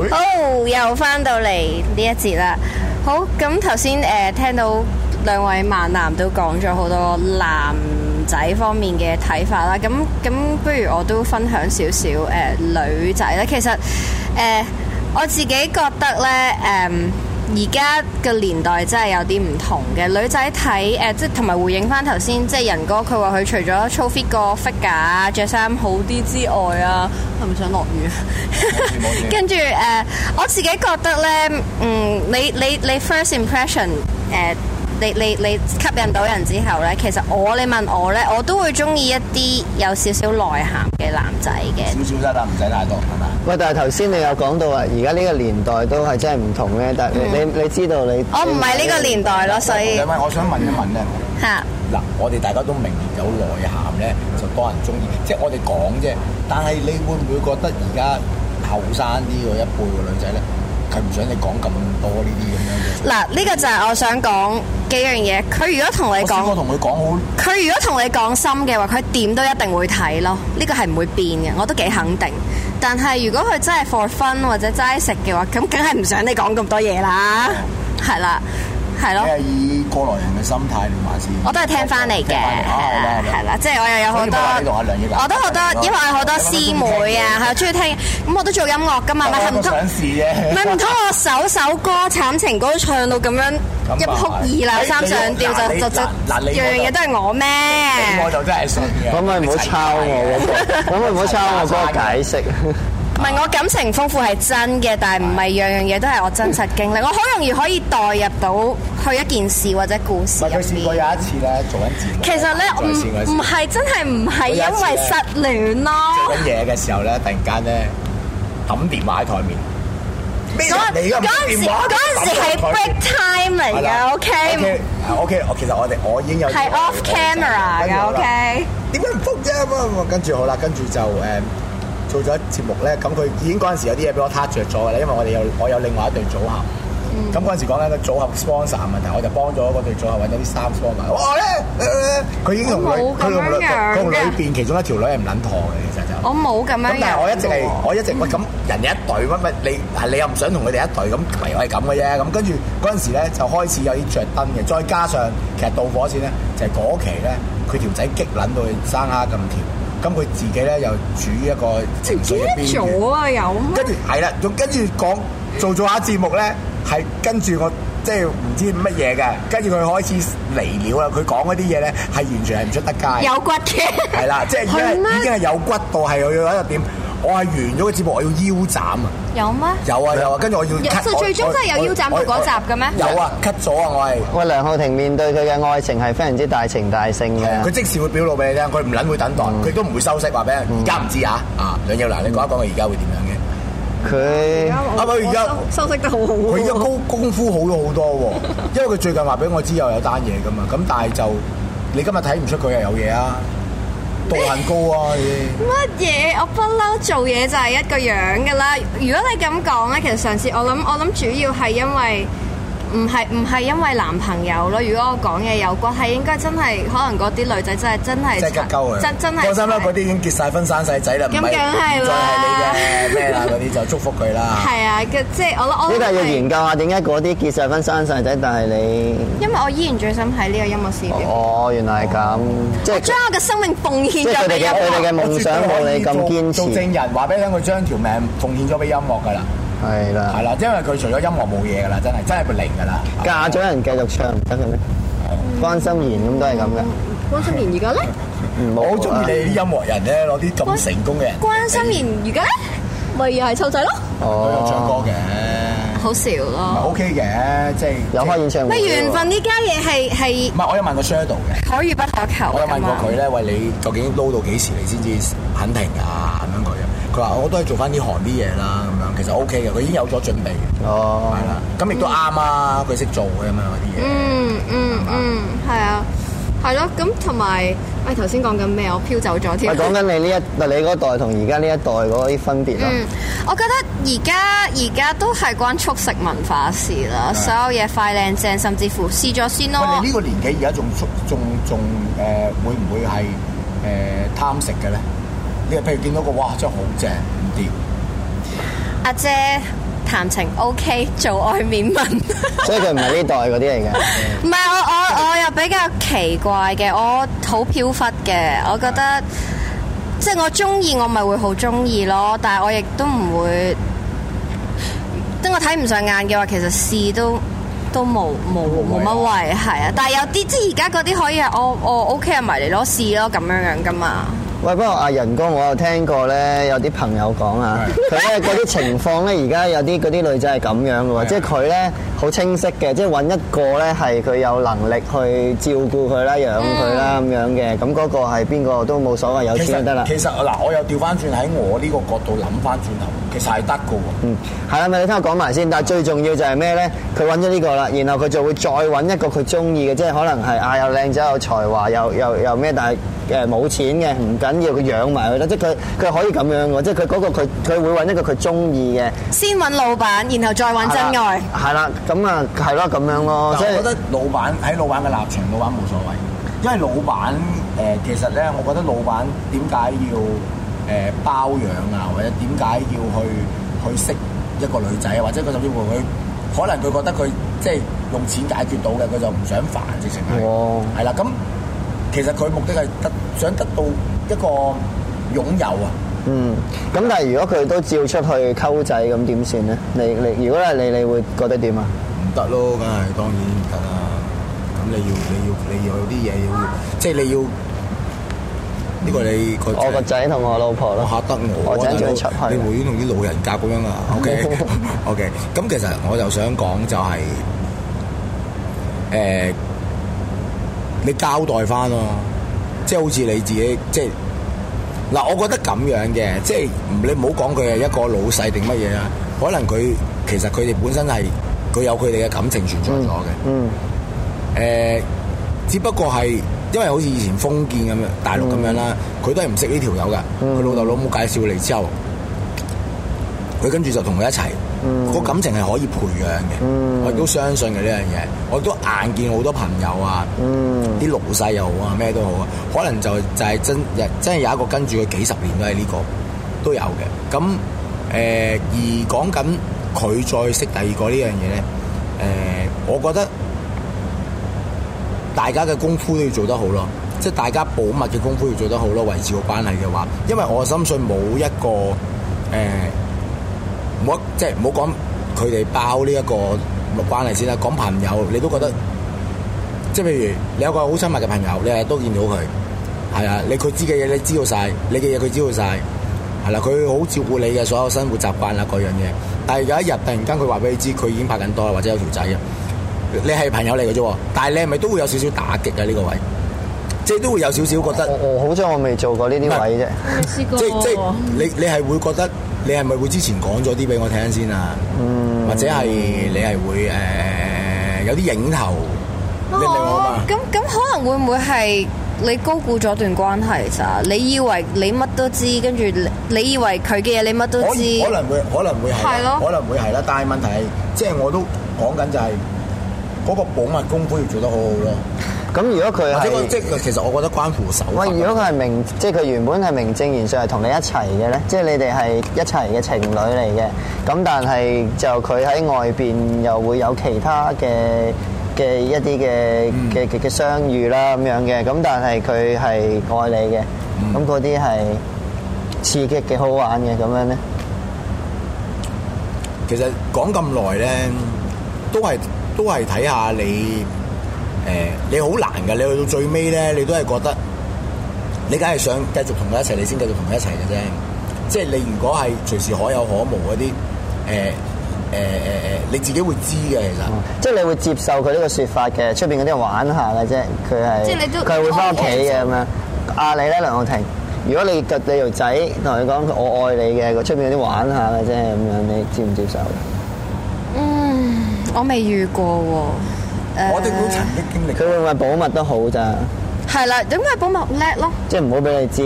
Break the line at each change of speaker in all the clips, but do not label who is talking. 喂
好，又翻到嚟呢一節啦。好，咁頭先誒聽到兩位猛男都講咗好多男仔方面嘅睇法啦。咁咁，不如我都分享少少誒呃女仔咧。其實誒、呃我自己覺得咧誒。而家嘅年代真係有啲唔同嘅，女仔睇呃誒，即係同埋回應翻頭先，即係人哥佢話佢除咗操 fit 個 figure 啊着衫好啲之外啊，係咪想落雨啊？跟住誒、呃我自己覺得咧，嗯，你你你 first impression 誒、你你你吸引到人之後咧，其實我你問我咧，我都會中意一啲有少少內涵嘅男仔嘅。
少少得啦，唔使太多，係嘛？
喂，但係頭先你有講到話，而家呢個年代都係真係唔同嘅。但係
嗯
你你你知道你
我唔係呢個年代咯，所以
兩位，我想問一問咧，
嚇
嗱，我哋大家都明有內涵咧，就多人中意，即係我哋講啫。但係你會唔會覺得而家後生啲嗰一輩嘅女仔咧，佢唔想你講咁多呢啲咁樣嘅？
嗱呢個就係我想講幾樣嘢。佢如果同你
我試
講
過。同佢講好，
佢如果同你講心嘅話，佢點都一定會睇咯，呢個係唔會變嘅，我都幾肯定。但係如果佢真係 for fun 或者齋食嘅話，咁梗係唔想你講咁多嘢啦，係啦，係
你
咯，
係以過來人嘅心態定還是？
我都係聽翻嚟
聽
嘅，
返嚟啊係啦係啦
係啦，即係我又有好
所以咪話你同阿梁奕
多，
藍
我都好多，因為我有好多師妹啊，係中意聽，咁我都做音樂噶嘛，咪係
我
唔
都
通
想試啫。
咪唔通我首首歌慘情歌都唱到咁樣
咁
一哭
啊
二
你
鬧
你
三上吊
嗱
就
你
就就
嗱你
樣樣嘢都係我咩？
我就真係信嘅。
可唔可以唔好抄我
啊
嗰個？可唔可以唔好抄我嗰個解釋？
唔係我感情豐富係真嘅，但係唔係樣樣嘢都係我真實經歷。我好容易可以代入到去一件事或者故事
唔係
入
佢試過有
面。
一次咧做緊節目，
其實咧，唔唔係真係唔係因為失戀
做
咯
緊。嘢嘅時候咧，突然間咧抌電話喺台面。咩
嗰
人嚟㗎？
嗰陣時，嗰陣時係 break time 嚟嘅，OK，
OK，我其實我哋我已經有
係 off camera 嘅，OK。
點解唔復啫？咁啊跟住好啦，跟住就誒做咗節目咧，咁佢已經嗰陣時有啲嘢俾我 touch 着咗嘅啦，因為我哋有我有另外一對組合。
嗯
咁嗰陣時講緊個組合 sponsor 啊問題，我就幫咗嗰對組合揾咗啲衫 sponsor。我咧，呃佢已經同佢
我冇咁
佢同
樣
女
樣
佢同裏
嘅
邊其中一條女係唔撚妥嘅，其實就。
我冇咁樣
咁但係我一直係
樣，
我一直喂咁人哋一隊乜乜，你係你又唔想同佢哋一隊咁，唯有係咁嘅啫。咁跟住嗰陣時咧就開始有啲着燈嘅，再加上其實導火線咧就係、嗰期咧，佢條仔激撚到佢生蝦咁甜，咁佢自己咧又處於一個情緒嘅邊緣。
啊，有咩
跟住係啦，仲跟住講做做下節目咧，係跟住我即係唔知乜嘢嘅，跟住佢開始離了啦。佢講嗰啲嘢咧係完全係唔出得街嘅。
有骨嘅，
係啦，即係已經係
係咩
已經係有骨到係我要喺度點，我係完咗個節目，我要腰斬啊！
有咩？
有啊有啊，跟住我要 cut
即係最終
我
真係有腰斬到嗰集嘅咩
有啊，cut 咗啊！我係
喂，梁浩庭面對佢嘅愛情係非常之大情大性
係啊佢
嘅。
即時會表露俾你聽，佢唔撚會等待，佢都唔會收息話俾人。而家唔知啊，啊梁耀蘭，你講一講佢而家會點樣嘅？
佢
啊佢而家
收息得好好喎。
佢而家高功夫好咗好多喎，因為佢最近話俾我知又有單嘢噶嘛，咁但係就你今日睇唔出佢係有嘢啊，道行高啊！你
乜嘢？我不嬲做嘢就係一個樣噶啦。如果你咁講咧，其實上次我諗我諗主要係因為唔係唔係因為男朋友咯。如果我講嘢有骨，係應該真係可能嗰啲女仔真係真係
真係吉鳩啊！
真真係
放心啦，嗰啲已經結晒婚生晒仔啦，唔
咁
係
梗係
唔
啦
再係你嘅咩啦，嗰啲就祝福佢啦。
係啊，嘅即係我諗我
呢個
諗
係要研
係
究下點解嗰啲結晒婚生晒仔，但係你
因為我依然最深喺呢個音樂事業，
哦，原來係咁，即係
將我嘅生命奉獻
即係
咗
佢哋
俾音
嘅佢哋嘅
樂。
夢想冇你咁堅
做
持，
證人話俾你聽，佢將條命奉獻咗俾音樂噶啦，
係啦
係。啦，因為佢除咗音樂冇嘢噶啦，真係真係零噶啦。
嫁咗人繼續唱唔得嘅咩？關心妍咁都係咁嘅，
關心妍而家咧，
唔啊
我好中意你啲音樂人咧，攞啲咁成功嘅人，
關心妍而家咧，咪又係湊仔咯，
佢有唱
哦，
歌嘅，
好
唔
少
係
咯。
OK 嘅，即係
有開演唱會
咩
喎
緣分呢家嘢係係
唔係我有問過 Shadow 嘅。
可遇不可求
我有問
㗎
過
嘛
佢咧，喂，你究竟撈到幾時你先至肯停啊？咁樣佢啊，佢話我都係做翻呢行啲嘢啦，咁樣其實 O K 嘅，佢已經有咗準備嘅，
哦
係，啦，咁亦都啱啊，佢識做嘅嘛嗰啲嘢，
嗯嗯嗯，係啊，係咯。咁同埋，喂頭先講緊咩？我飄走咗
我
添。
講緊你呢一你嗰代同而家呢一代嗰啲分別啊，
嗯，我覺得而家而家都係關速食文化事啦，所有嘢快靚正，甚至乎試咗先
喂，
咯
你。呢個年紀而家仲仲仲仲誒會唔會係誒貪食嘅咧？你譬如見到個哇，真係好正唔掂，
阿姐，談情 OK，做愛面問。
所以佢唔係呢代嗰啲嚟嘅。
唔係我我我又比較奇怪嘅，我好飄忽嘅，我覺得即係我中意我咪會好中意咯，但係我亦都唔會，即係我睇唔上眼嘅話，其實試都。都冇冇冇乜謂係啊！但係有啲即係而家嗰啲可以係我我 OK 啊，埋嚟攞試咯咁樣樣噶嘛。
喂，不過阿仁哥，我有聽過咧，有啲朋友講啊，佢咧嗰啲情況咧，而家有啲嗰啲女仔係咁樣嘅喎，即係佢咧好清晰嘅，即係揾一個咧係佢有能力去照顧佢啦、養佢啦咁樣嘅，咁嗰個係邊個都冇所謂，有
其
錢就得啦
實。其實嗱，我又調翻轉喺我呢個角度諗翻轉頭，其實係得嘅喎。
嗯，係啦，咪你聽我講埋先。但係最重要就係咩咧？佢揾咗呢個啦，然後佢就會再揾一個佢中意嘅，即係可能係啊又靚仔有才華又又又咩，但係誒冇錢嘅唔緊要，佢養埋佢啦。即係佢佢可以咁樣喎，即係佢嗰個佢佢會揾一個佢中意嘅
先揾老闆，然後再揾真愛。。
係啦，咁啊係咯咁樣咯，
但
即
係我覺
係
得老闆喺老闆嘅立場，老闆冇所謂，因為老闆誒、呃其實咧，我覺得老闆點解要誒、呃包養啊，或者點解要去去識一個女仔啊，或者佢甚至乎佢可能佢覺得佢即係用錢解決到嘅，佢就唔想煩直情係
哦
係啦。咁其實佢目的係得想得到一個擁有啊。
嗯。咁但係如果佢都照出去溝仔咁點算咧？你你如果係你，你會覺得點啊？
唔得咯，梗係當然唔得啦。咁你要你要你要有啲嘢要，即係你要呢、個你個
我個仔同我老婆
我
咯。
嚇得我，啊
我仔仲要出
大佬
去
你。會同啲老人家咁樣 啊？OK OK，咁其實我就想講就係、誒、你交代翻咯，即係好似你自己即係。嗱，我覺得咁樣嘅，即係你唔好講佢係一個老細定乜嘢啦，可能佢其實佢哋本身係佢有佢哋嘅感情存在咗嘅。
嗯。
誒、呃只不過係因為好似以前封建咁樣，大陸咁樣啦，佢、都係唔識呢條友噶。佢、
嗯
老豆老母介紹嚟之後，佢跟住就同佢一齊，
嗯
個感情係可以培養嘅。
嗯
我亦都相信嘅呢樣嘢，我亦都眼見好多朋友啊，
嗯
啲老細又好啊，咩都好啊，可能就就係真真係有一個跟住佢幾十年都係呢、個都有嘅。咁誒、呃而講緊佢再識第二個呢樣嘢咧，誒、我覺得。大家嘅功夫都要做得好咯，即係大家保密嘅功夫要做得好咯，維持個關係嘅話，因為我深信冇一個誒冇、一即係唔好講佢哋包呢一個關係先啦，講朋友你都覺得即係譬如你有個好親密嘅朋友，你日日都見到佢，係啊，你佢知嘅嘢你知道晒，你嘅嘢佢知道晒，係啦，佢好照顧你嘅所有生活習慣啦各樣嘢，但係有一日突然間佢話俾你知佢已經拍緊拖啦，或者有條仔嘅。你係朋友嚟嘅啫喎，但係你係咪都會有少少打擊啊？呢、個位，即係都會有少少覺得，
我哦我好彩我未做過呢啲位啫，
未試過
即係即係
喎。
你你係會覺得你係咪會之前講咗啲俾我聽先啊？或者係你係會誒、呃有啲影頭，你明我嘛？
哦咁咁可能會唔會係你高估咗段關係咋？你以為你乜都知，跟住你你以為佢嘅嘢你乜都
可
知，
可能會可能會係
係
啦，
咯
可能會係啦。但係問題係，即係我都講緊就係、嗰個保密功夫要做得好好咯，
咁如果佢
或者
係
個即係其實我覺得關乎手法
喂，如果佢係明，即係佢原本係名正言順係同你一齊嘅咧，即係你哋係一齊嘅情侶嚟嘅，咁但係就佢喺外邊又會有其他嘅嘅一啲嘅
嗯
嘅嘅嘅相遇啦咁樣嘅，咁但係佢係愛你嘅，
嗯
咁嗰啲係刺激嘅好玩嘅咁樣咧，
其實講咁耐咧，都係都係睇下你誒、你好難嘅。你去到最尾咧，你都係覺得你梗係想繼續同佢一齊，你先繼續同佢一齊嘅啫。即係你如果係隨時可有可無嗰啲誒誒誒誒，呃你自己會知嘅其實。
即係你會接受佢呢個説法嘅，出邊嗰啲人玩下嘅啫，佢
即係你
係
都哦
佢係會翻屋企嘅咁樣。啊，你咧梁浩庭，如果你個你條仔同佢講我愛你嘅，佢出邊嗰啲玩下嘅啫咁樣，你接唔接受？
嗯，我未遇過喎。
嗯
誒
我哋都曾經經歷
佢會唔會保密都好咋，
係啦，點解保密叻咯？
即係唔好俾你知，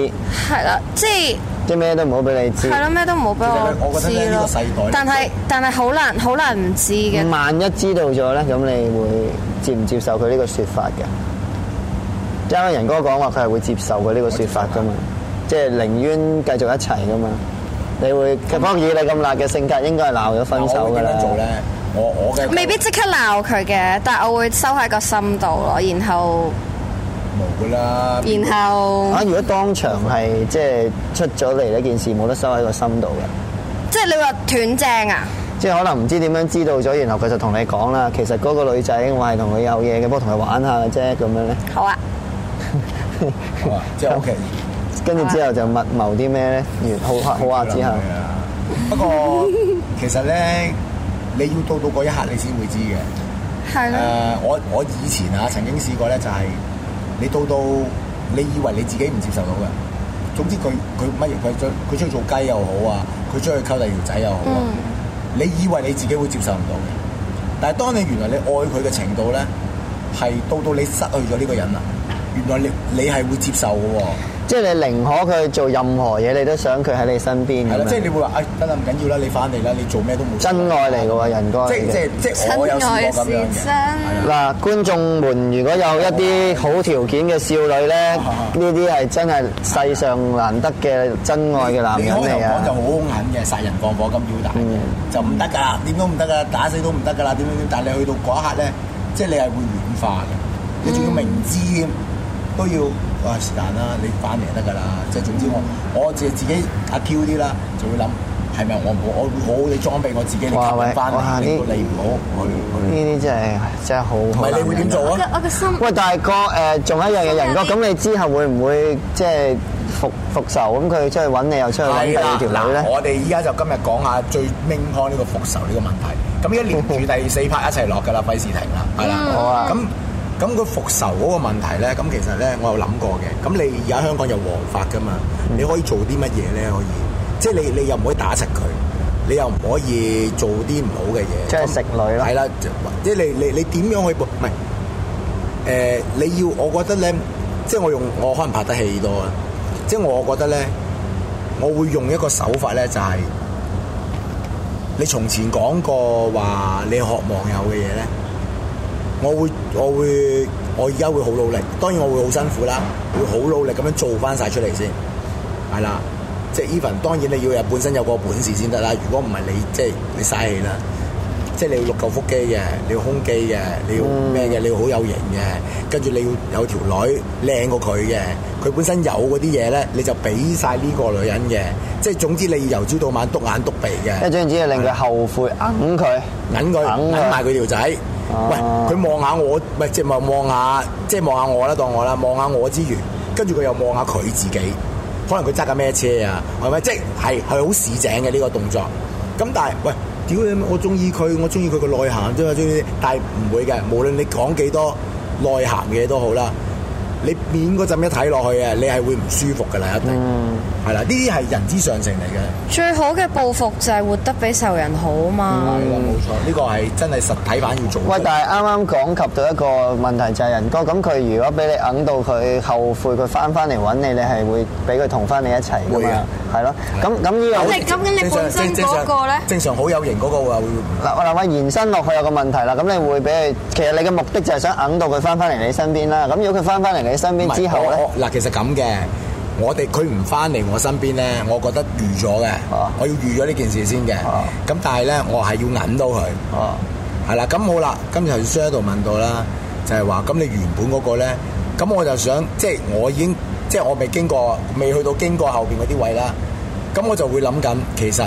係啦，即係。
即係咩都唔好俾你知。
係咯，咩都唔好
其
俾
實我
我
覺得
知
呢個世代
咯。但係但係好難好難唔知嘅，
嗯
萬一知道咗咧，咁你會接唔接受佢呢個説法嘅？因為仁哥講話佢係會接受佢呢個説法噶嘛，即係寧願繼續一齊噶嘛。你會，不過以你咁辣嘅性格，應該係鬧咗分手
我
㗎
會點
啦
樣。做咧？我我嘅
未必即刻鬧佢嘅，但係我會收喺個心度咯，然後
冇㗎 啦。
然後
啊！如果當場係即係出咗嚟呢件事，冇得收喺個心度嘅，
即係你話斷正啊？
即係可能唔知點樣知道咗，然後佢就同你講啦。其實嗰個女仔我係同佢有嘢嘅，不過同佢玩下嘅啫咁樣咧。
好啊，
好啊即係 OK。
跟住之後就密謀啲咩咧？完好黑好啊之後，
不過其實咧，你要到到嗰一刻你先會知嘅。
係
誒、
咯，
我我以前啊曾經試過咧，就係、你到到你以為你自己唔接受到嘅，總之佢佢乜嘢佢出佢出去做雞又好啊，佢出去溝第二條仔又好啊，你以為你自己會接受唔到嘅，但係當你原來你愛佢嘅程度咧，係到到你失去咗呢個人啦，原來你你係會接受嘅喎、
即係你寧可佢做任何嘢，你都想佢喺你身邊
係
咁
啦，即係
樣
你。會話，哎，得啦，唔緊要啦，你翻嚟啦，你做咩都冇。
真愛嚟嘅喎人哥
即係即係即係我有試過咁樣嘅。
真
係啊啦
嗱，觀眾們，如果有一啲好條件嘅少女咧，呢啲係真係世上難得嘅真愛嘅男
你
人
開頭
嚟
講就
啊！嗯
好兇狠嘅，殺人放火金腰帶嘅，就唔得㗎啦，點都唔得㗎，打死都唔得㗎啦，點點點。但係你去到嗰一刻咧，即係你係會軟化嘅，
嗯
你仲要明知添，都要啊是但啦，你翻嚟得㗎啦。即係總之我我自自己阿 Q 啲啦，就會諗係咪我唔好，我會好好地裝備我自己，你吸
哇
引
喂
翻
哇
嚟，令
呢
到你唔好去去。
呢啲真係真係好
唔
好
係
男人啊。
你會點做啊
我？嘅我嘅心
喂，大哥，誒，仲有一樣嘢，人哥，咁你之後會唔會即係復復仇？咁佢出去揾你，又出去揾
係
第
啦
二，條女咧
嗱，？我哋依家就今日講下最命康呢個復仇呢個問題。咁依家連住第四 part 一齊落㗎啦，費事停啦，係啦。
好啊
咁咁佢復仇嗰個問題咧，咁其實咧我有諗過嘅。咁你而家香港有王法㗎嘛？
嗯
你可以做啲乜嘢咧？可以，即係你你又唔可以打柒佢，你又唔可以做啲唔好嘅嘢。
即係食女咯
係啦，即係你你你點樣去報？唔係。誒、你要我覺得咧，即係我用我可能拍得戲多啊，即係我覺得咧，我會用一個手法咧，就係、你從前講過話你渴望有嘅嘢咧，我會我會我而家會好努力，當然我會好辛苦啦，會好努力咁樣做翻晒出嚟先，係啦。即係 even 當然你要有本身有個本事先得啦，如果唔係你即係你嘥氣啦。即係你要六嚿腹肌嘅，你要胸肌嘅，你要咩嘅，你要好有型嘅，跟住你要有條女靚過佢嘅，佢本身有嗰啲嘢咧，你就俾晒呢個女人嘅，即係總之你要由朝到晚篤眼篤鼻嘅
一。張紙係令佢後悔，揞佢，
揞佢，揞埋佢條仔。喂，佢望下我，唔係即係望下，即係望下我啦，當我啦，望下我之餘，跟住佢又望下佢自己，可能佢揸緊咩車啊，係咪？即係係係好市井嘅呢個動作。咁但係喂，屌你，我中意佢，我中意佢個內涵啫嘛，中意，但係唔會嘅，無論你講幾多內涵嘅嘢都好啦。你面嗰陣一睇落去啊，你係會唔舒服㗎啦，一定係啦。呢啲係人之常情嚟嘅，
最好嘅報復就係活得比受人好嘛。
係啦，冇錯。呢個係真係實體版要做。
喂，但係啱啱講及到一個問題就係人哥，咁佢如果俾你揞到佢後悔，佢翻翻嚟揾你，你係會俾佢同翻你一齊噶
會
嘛
啊？
係咯，咁咁呢
咁
樣
你咁咁你本
正
身
常
嗰個咧，
正常好有型嗰個話會
嗱，我嗱我延伸落去有個問題啦，咁你會俾佢，其實你嘅目的就係想揞到佢翻翻嚟你身邊啦。咁如果佢翻翻嚟你身邊之後咧，
唔係我我嗱，其實咁嘅，我哋佢唔翻嚟我身邊咧，我覺得預咗嘅
啊，
我要預咗呢件事先嘅。
啊
咁但係咧，我係要揞到佢，
哦，
係啦。咁好啦，今日頭先喺度問到啦，就係話咁你原本嗰個咧，咁我就想即係我已經即係我未經過，未去到經過後邊嗰啲位啦。咁我就會諗緊，其實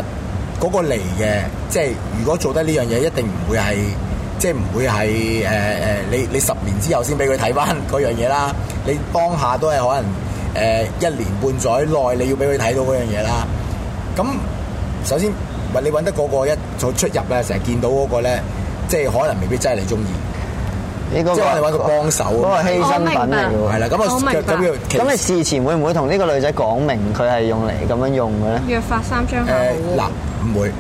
嗰個嚟嘅，即係如果做得呢樣嘢，一定唔會係，即係唔會係誒誒，你你十年之後先俾佢睇翻嗰樣嘢啦。你當下都係可能誒、呃一年半載內，你要俾佢睇到嗰樣嘢啦。咁首先，喂，你揾得嗰個一做出入咧，成日見到嗰個咧，即係可能未必真係你中意，
呢個
即係我哋揾個幫手
嗰個
啊嘛。
犧牲品
我
嚟
明
嘅
係啦，咁
我
啊，
明白
咁要
喎。咁你事前會唔會同呢個女仔講明佢係用嚟咁樣用嘅咧？
約法三章係
誒
好
呃嗱，唔會。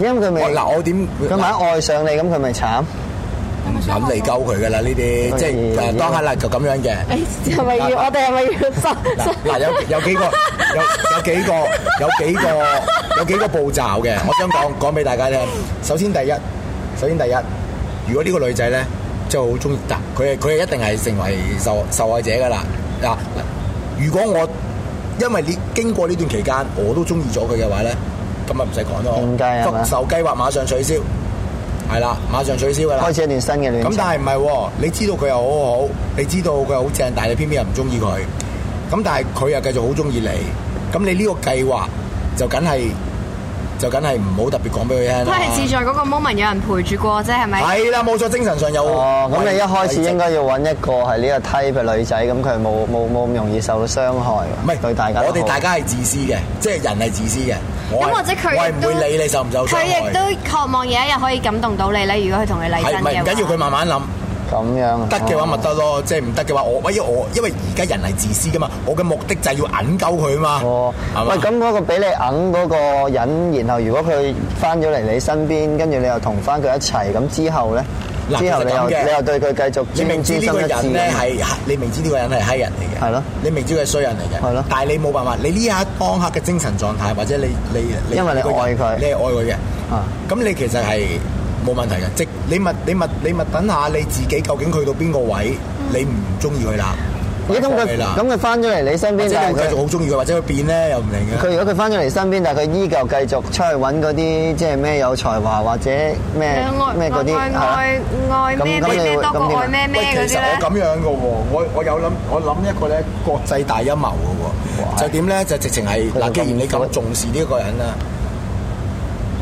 因為佢
我
未，
嗱，我點
佢
嗱
萬一愛上你，咁啊佢咪慘？
諗嚟救佢噶啦，呢啲即係誒當下啦就咁樣嘅。
誒係咪要我哋係咪 要收
嗱嗱有有幾個有有幾個有幾個有幾個步驟嘅，我想講講俾大家聽。首先第一，首先第一，如果呢個女仔咧，即係好中意，嗱佢係佢係一定係成為受受害者噶啦。嗱，如果我因為呢經過呢段期間，我都中意咗佢嘅話咧，咁啊唔使講咯。
點解啊
復仇計劃馬上取消，係啦，馬上取消㗎啦。
開始一段新嘅戀
咁
情。
但係唔係喎？你知道佢又好好，你知道佢又好正，但係你偏偏又唔中意佢。咁但係佢又繼續好中意你。咁你呢個計劃就梗係就梗係唔好特別講俾佢聽
都
啦。
係自在嗰個 moment 有人陪住過啫，係咪？
係啦，冇錯，精神上有。
哦，咁你一開始應該要揾一個係呢個 type 嘅女仔，咁佢冇冇冇咁容易受到傷害
唔
喎。
係
對大家都好
我哋大家係自私嘅，即係人係自私嘅。我係
咁或者佢
我係
亦
唔
都
會理你受唔受傷
佢
害。
亦都渴望有一日可以感動到你咧。如果佢同你嚟
係
真
唔係
嘅
唔緊要？佢
話，
慢慢諗。
咁樣啊
得嘅話咪得咯，即係唔得嘅話，我因為我因為而家人係自私噶嘛，我嘅目的就係要揞鳩佢嘛，
哦，
係嘛
喂，咁嗰個俾你揞嗰個人，然後如果佢翻咗嚟你身邊，跟住你又同翻佢一齊，咁之後咧，
嗱
之後你又
其實咁嘅
你又對佢繼續
你明
專
知
專
呢個
心一
人
致
咧
咁。
係，你明知呢個人係閪人嚟嘅，
係咯
你明知佢係衰人嚟嘅，
係咯
但係你冇辦法，你呢一刻當刻嘅精神狀態，或者你你你
因為你
個人
愛佢
你係愛佢嘅
啊，
咁你其實係冇問題嘅，即你咪你咪你咪等下你自己究竟去到邊個位，你唔中意佢啦，
咦，嗯咁
放
佢
棄啦
咁佢翻咗嚟你身
或
邊，
者
但
你
係
會
佢
繼續好中意佢，或者佢變咧又唔定嘅。
佢如果佢翻咗嚟身邊，但係佢依舊繼續出去揾嗰啲即係咩有才華或者咩咩嗰啲係啦
愛愛愛咩
咁咁你
咩
會
多
咁點
過
啊
愛咩咩嗰
喂，
啲
其實我
咧？
咁樣嘅喎，我我有諗，我諗一個咧國際大陰謀嘅喎，就點咧就直情係
佢
嗱，
就
既然你咁
咁
重視呢一個人啦，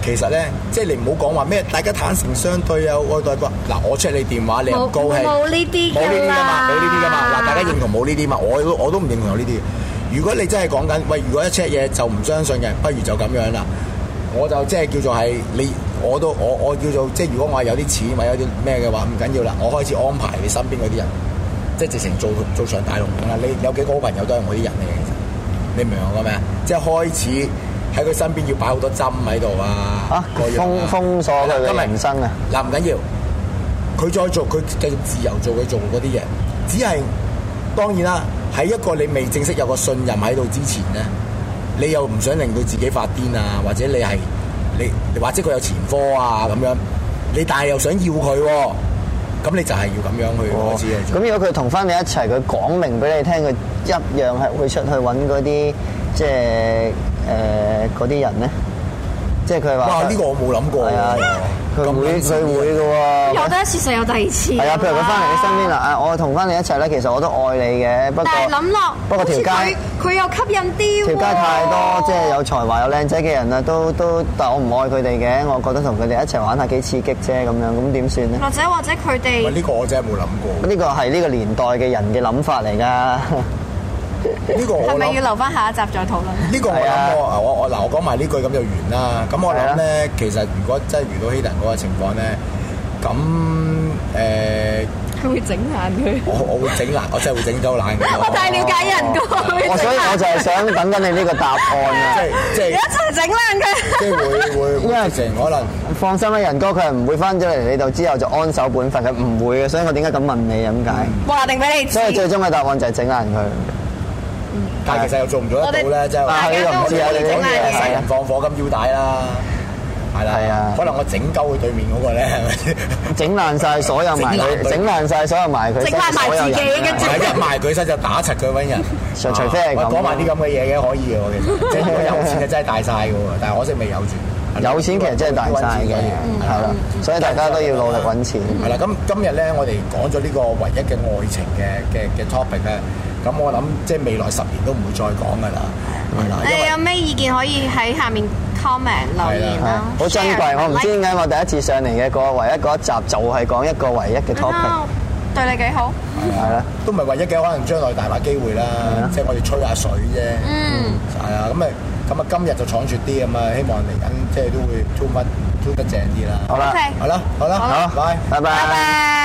其實咧即係你唔好講話咩，大家坦誠相對啊，愛戴個嗱，我 check 你電話，你又唔
冇
高興，
冇呢啲
冇呢啲
㗎
㗎嘛，
啦
冇呢啲㗎嘛，嗱，大家認同冇呢啲嘛，我都我都唔認同有呢啲。如果你真係講緊，喂，如果一 check 嘢就唔相信嘅，不如就咁樣啦。我就即係叫做係你，我都我我叫做即係如果我係有啲錢或者有啲咩嘅話，唔緊要啦，我開始安排你身邊嗰啲人，即係直情做做上大龍咁啦。你有幾個好朋友都係我啲人嚟嘅，其實你明我講咩啊？即係開始喺佢身邊要擺好多針喺度啊，
啊
嗰樣
封封鎖佢
係啦
嘅
咁咪
人生啊！
嗱唔緊要，佢再做佢繼續自由做佢做嗰啲嘢，只係當然啦，喺一個你未正式有個信任喺度之前咧，你又唔想令到自己發癲啊，或者你係你或者佢有前科啊咁樣，你但係又想要佢喎、咁你就係要咁樣去開始去做。
哦咁如果佢同翻你一齊，佢講明俾你聽，佢一樣係會出去揾嗰啲即係誒嗰啲人咧，即係佢話
哇！呢、個我冇諗過喎
係啊，佢
咁
會
撚
佢
先
會嘅喎。
有啊得一次就有第二次。
係啊，譬如佢翻嚟你身邊啦，啊，我同翻你一齊咧，其實我都愛你嘅，不過
但係諗落，
不過條街
好似佢佢又吸引啲喎。
條街太多即係有才華有靚仔嘅人啦，啊都都，但我唔愛佢哋嘅，我覺得同佢哋一齊玩下幾刺激啫，咁樣咁點算咧？
或者或者佢
喂
哋
呢個我真係冇諗過，
呢個係呢個年代嘅人嘅諗法嚟㗎，
呢個我
係咪
諗
要留翻下一集再討論？
呢個我
係啊
諗過，我我嗱我講埋呢句咁就完啦。咁我諗
係啊
咧，其實如果真係遇到希特嗰個情況咧，咁誒、
佢 會整爛佢。
我我會整爛，我真係會整鳩爛嘅。
我太了解人㗎，佢
哦我
會
所
整
以
爛
我就係想等緊你呢個答案 啊！
即係即
一
係
齊整爛佢。
即係會會
因
會
為
直情可能
放心啦，人哥佢係唔會翻咗嚟你度之後就安守本分，佢唔會嘅，所以我點解咁問你啊咁解？
話定俾你知
所，以最終嘅答案就係整爛佢。
但係其實又做唔做得到咧，即係
啊
話
大
佢
家
又唔
都
知啊
會
你
整
講嘢
爛
係
嘅
啊。
殺人放火金腰帶啦，係啦，
係啊
可能我整鳩佢對面嗰個咧，係咪先？
整爛晒所有埋佢，
整
整爛晒所有埋佢，
整爛埋自己
所有人啊
跟住
係一埋佢身就打柒佢揾人，
除除非係咁
啊喂講埋啲咁嘅嘢嘅可以嘅喎，其實即係如果有錢就真係大晒嘅喎，但係可惜未有住。
有錢其實真係大晒嘅，係啦，所以大家都要努力揾錢。
係啦，咁今日咧，我哋講咗呢個唯一嘅愛情嘅嘅嘅 topic 咧，咁我諗即係未來十年都唔會再講噶啦，係啦，因為
你有咩意見可以喺下面 comment 留言
係啊
啦。
好珍
share，
貴，我唔知
like
點解我第一次上嚟嘅個唯一嗰一集就係講一個唯一嘅 topic，
啊對你幾好。
係啦。
都唔係唯一嘅，可能將來大把機會啦，即係我哋吹下水啫，
嗯，
係啊，咁啊咁啊，今日就闖住啲咁啊，希望嚟緊即係都會 do 乜 do 得正啲啦，
好啦，
OK
係啦，好啦，
好
拜。
拜
拜
啊拜。
拜。